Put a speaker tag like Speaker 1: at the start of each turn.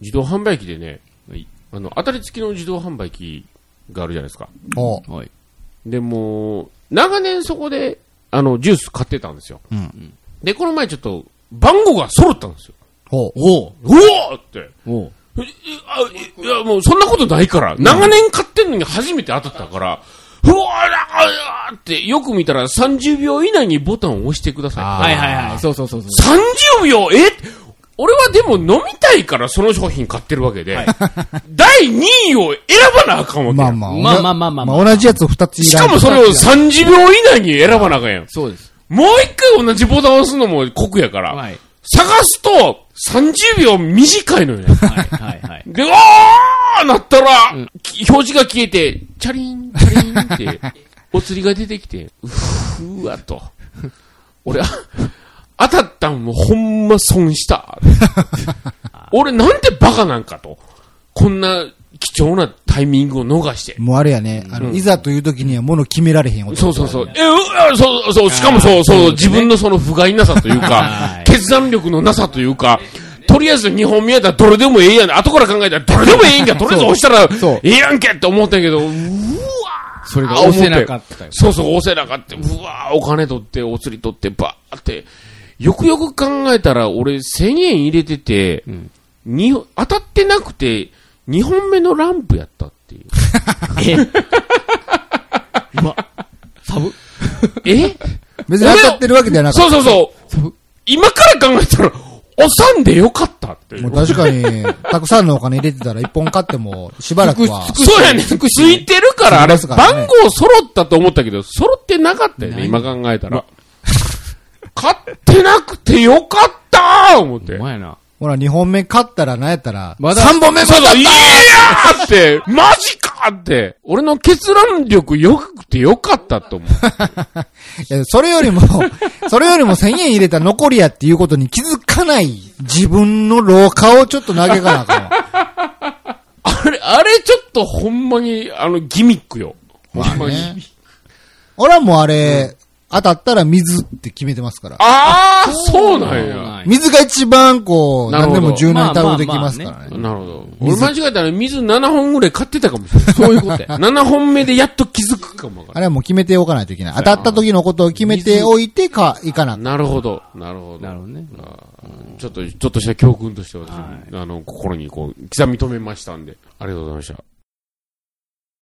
Speaker 1: 自動販売機でね、
Speaker 2: はい
Speaker 1: あの、当たり付きの自動販売機があるじゃないですか。
Speaker 3: おう
Speaker 2: はい。
Speaker 1: で、もう長年そこで、あの、ジュース買ってたんですよ。
Speaker 3: うん
Speaker 1: で、この前ちょっと、番号が揃ったんですよ。
Speaker 3: おう
Speaker 2: おう
Speaker 1: うおーって。
Speaker 2: おう
Speaker 1: ええあいいや、もうそんなことないから、長年買ってんのに初めて当たったから、うわーあーって、よく見たら30秒以内にボタンを押してくださ
Speaker 2: はいはいはい。そうそうそうそう。
Speaker 1: い。30秒え俺はでも飲みたいからその商品買ってるわけで、第2位を選ばなあかんわけや
Speaker 3: まあ
Speaker 1: ん。
Speaker 3: まあ。
Speaker 2: まあまあまあまあまあ
Speaker 3: 同じやつを二つい
Speaker 1: し
Speaker 3: らん
Speaker 1: かもそれを30秒以内に選ばなあかんやん。
Speaker 2: そうです。
Speaker 1: もう一回同じボタンを押すのも酷やから、
Speaker 2: はい。
Speaker 1: 探すと30秒短いのよね。
Speaker 2: はいはいはい。
Speaker 1: で、わーなったら、き表示が消えて、チャリン、チャリンって、 お釣りが出てきて、うふうわと。俺、あ当たったんもほんま損 した。俺なんてバカなんかと。こんな貴重なタイミングを逃して。
Speaker 3: もうあれやね、あの、いざという時には物決められへん男
Speaker 1: そうそうそう。え、うあそうそう、しかもそうそう、自分のその不甲斐なさという
Speaker 2: は
Speaker 1: か
Speaker 2: い、
Speaker 1: 決断力のなさというか、とりあえず2本目やったらどれでもええやん。後から考えたらどれでもええ んか。とりあえず押した
Speaker 3: そ
Speaker 1: ら
Speaker 3: う
Speaker 1: ええやんけって思ったんやけど、うわ
Speaker 2: それが押せなかったよ。
Speaker 1: そうそう、押せなかった。うわお金取って、お釣り取って、ばーって。よくよく考えたら、俺1000円入れてて、に当たってなくて、2本目のランプやったっていう。
Speaker 2: え ま、サブ
Speaker 1: え
Speaker 3: 別に当たってるわけではなか
Speaker 1: そ
Speaker 3: っ
Speaker 1: うそうそう。今から考えたら、おさんでよかったって
Speaker 3: た。もう確かに、たくさんのお金入れてたら一本買っても、しばらくは。
Speaker 1: そうやね。ついてるから、あれ、
Speaker 3: つきますから
Speaker 1: 番
Speaker 3: ね
Speaker 1: 号揃ったと思ったけど、揃ってなかったよ
Speaker 2: な
Speaker 1: ね、
Speaker 2: い
Speaker 1: 今考えたら。買ってなくてよかったー思って。
Speaker 2: お前やな。
Speaker 3: ほら、二本目買ったらなんやったら、
Speaker 2: まだ
Speaker 3: 三本目
Speaker 1: そ
Speaker 3: 買
Speaker 1: う
Speaker 3: った
Speaker 1: そう、いやーって、マジかーって、俺の決断力良くてよかったと思う。
Speaker 3: いやそれよりも、 それよりも1000円入れた残りやっていうことに気づかない自分の老化をちょっと投げかなあかんわ。
Speaker 1: あれ、あれちょっとほんまに、あの、ギミックよ。ほん まに。
Speaker 3: まあね俺はもうあれ、当たったら水って決めてますから。
Speaker 1: あー、そうなんや。
Speaker 2: はい
Speaker 3: 水が一番こう、
Speaker 1: なる
Speaker 3: 何
Speaker 1: ほ
Speaker 3: で
Speaker 1: ど
Speaker 3: も柔軟に対応できますからね。
Speaker 1: なるほど。俺間違えたら水7本ぐらい買ってたかもしれない。そういうことや。7本目でやっと気づくかもわか
Speaker 3: あ
Speaker 1: ら
Speaker 3: れはもう決めておかないといけない。当たった時のことを決めておいてか、いかなあかん。
Speaker 1: んなるほど。なるほど。
Speaker 2: なるほどね。
Speaker 1: ちょっと、ちょっとした教訓として私、あの、心にこう、刻み止めましたんで、ありがとうございました。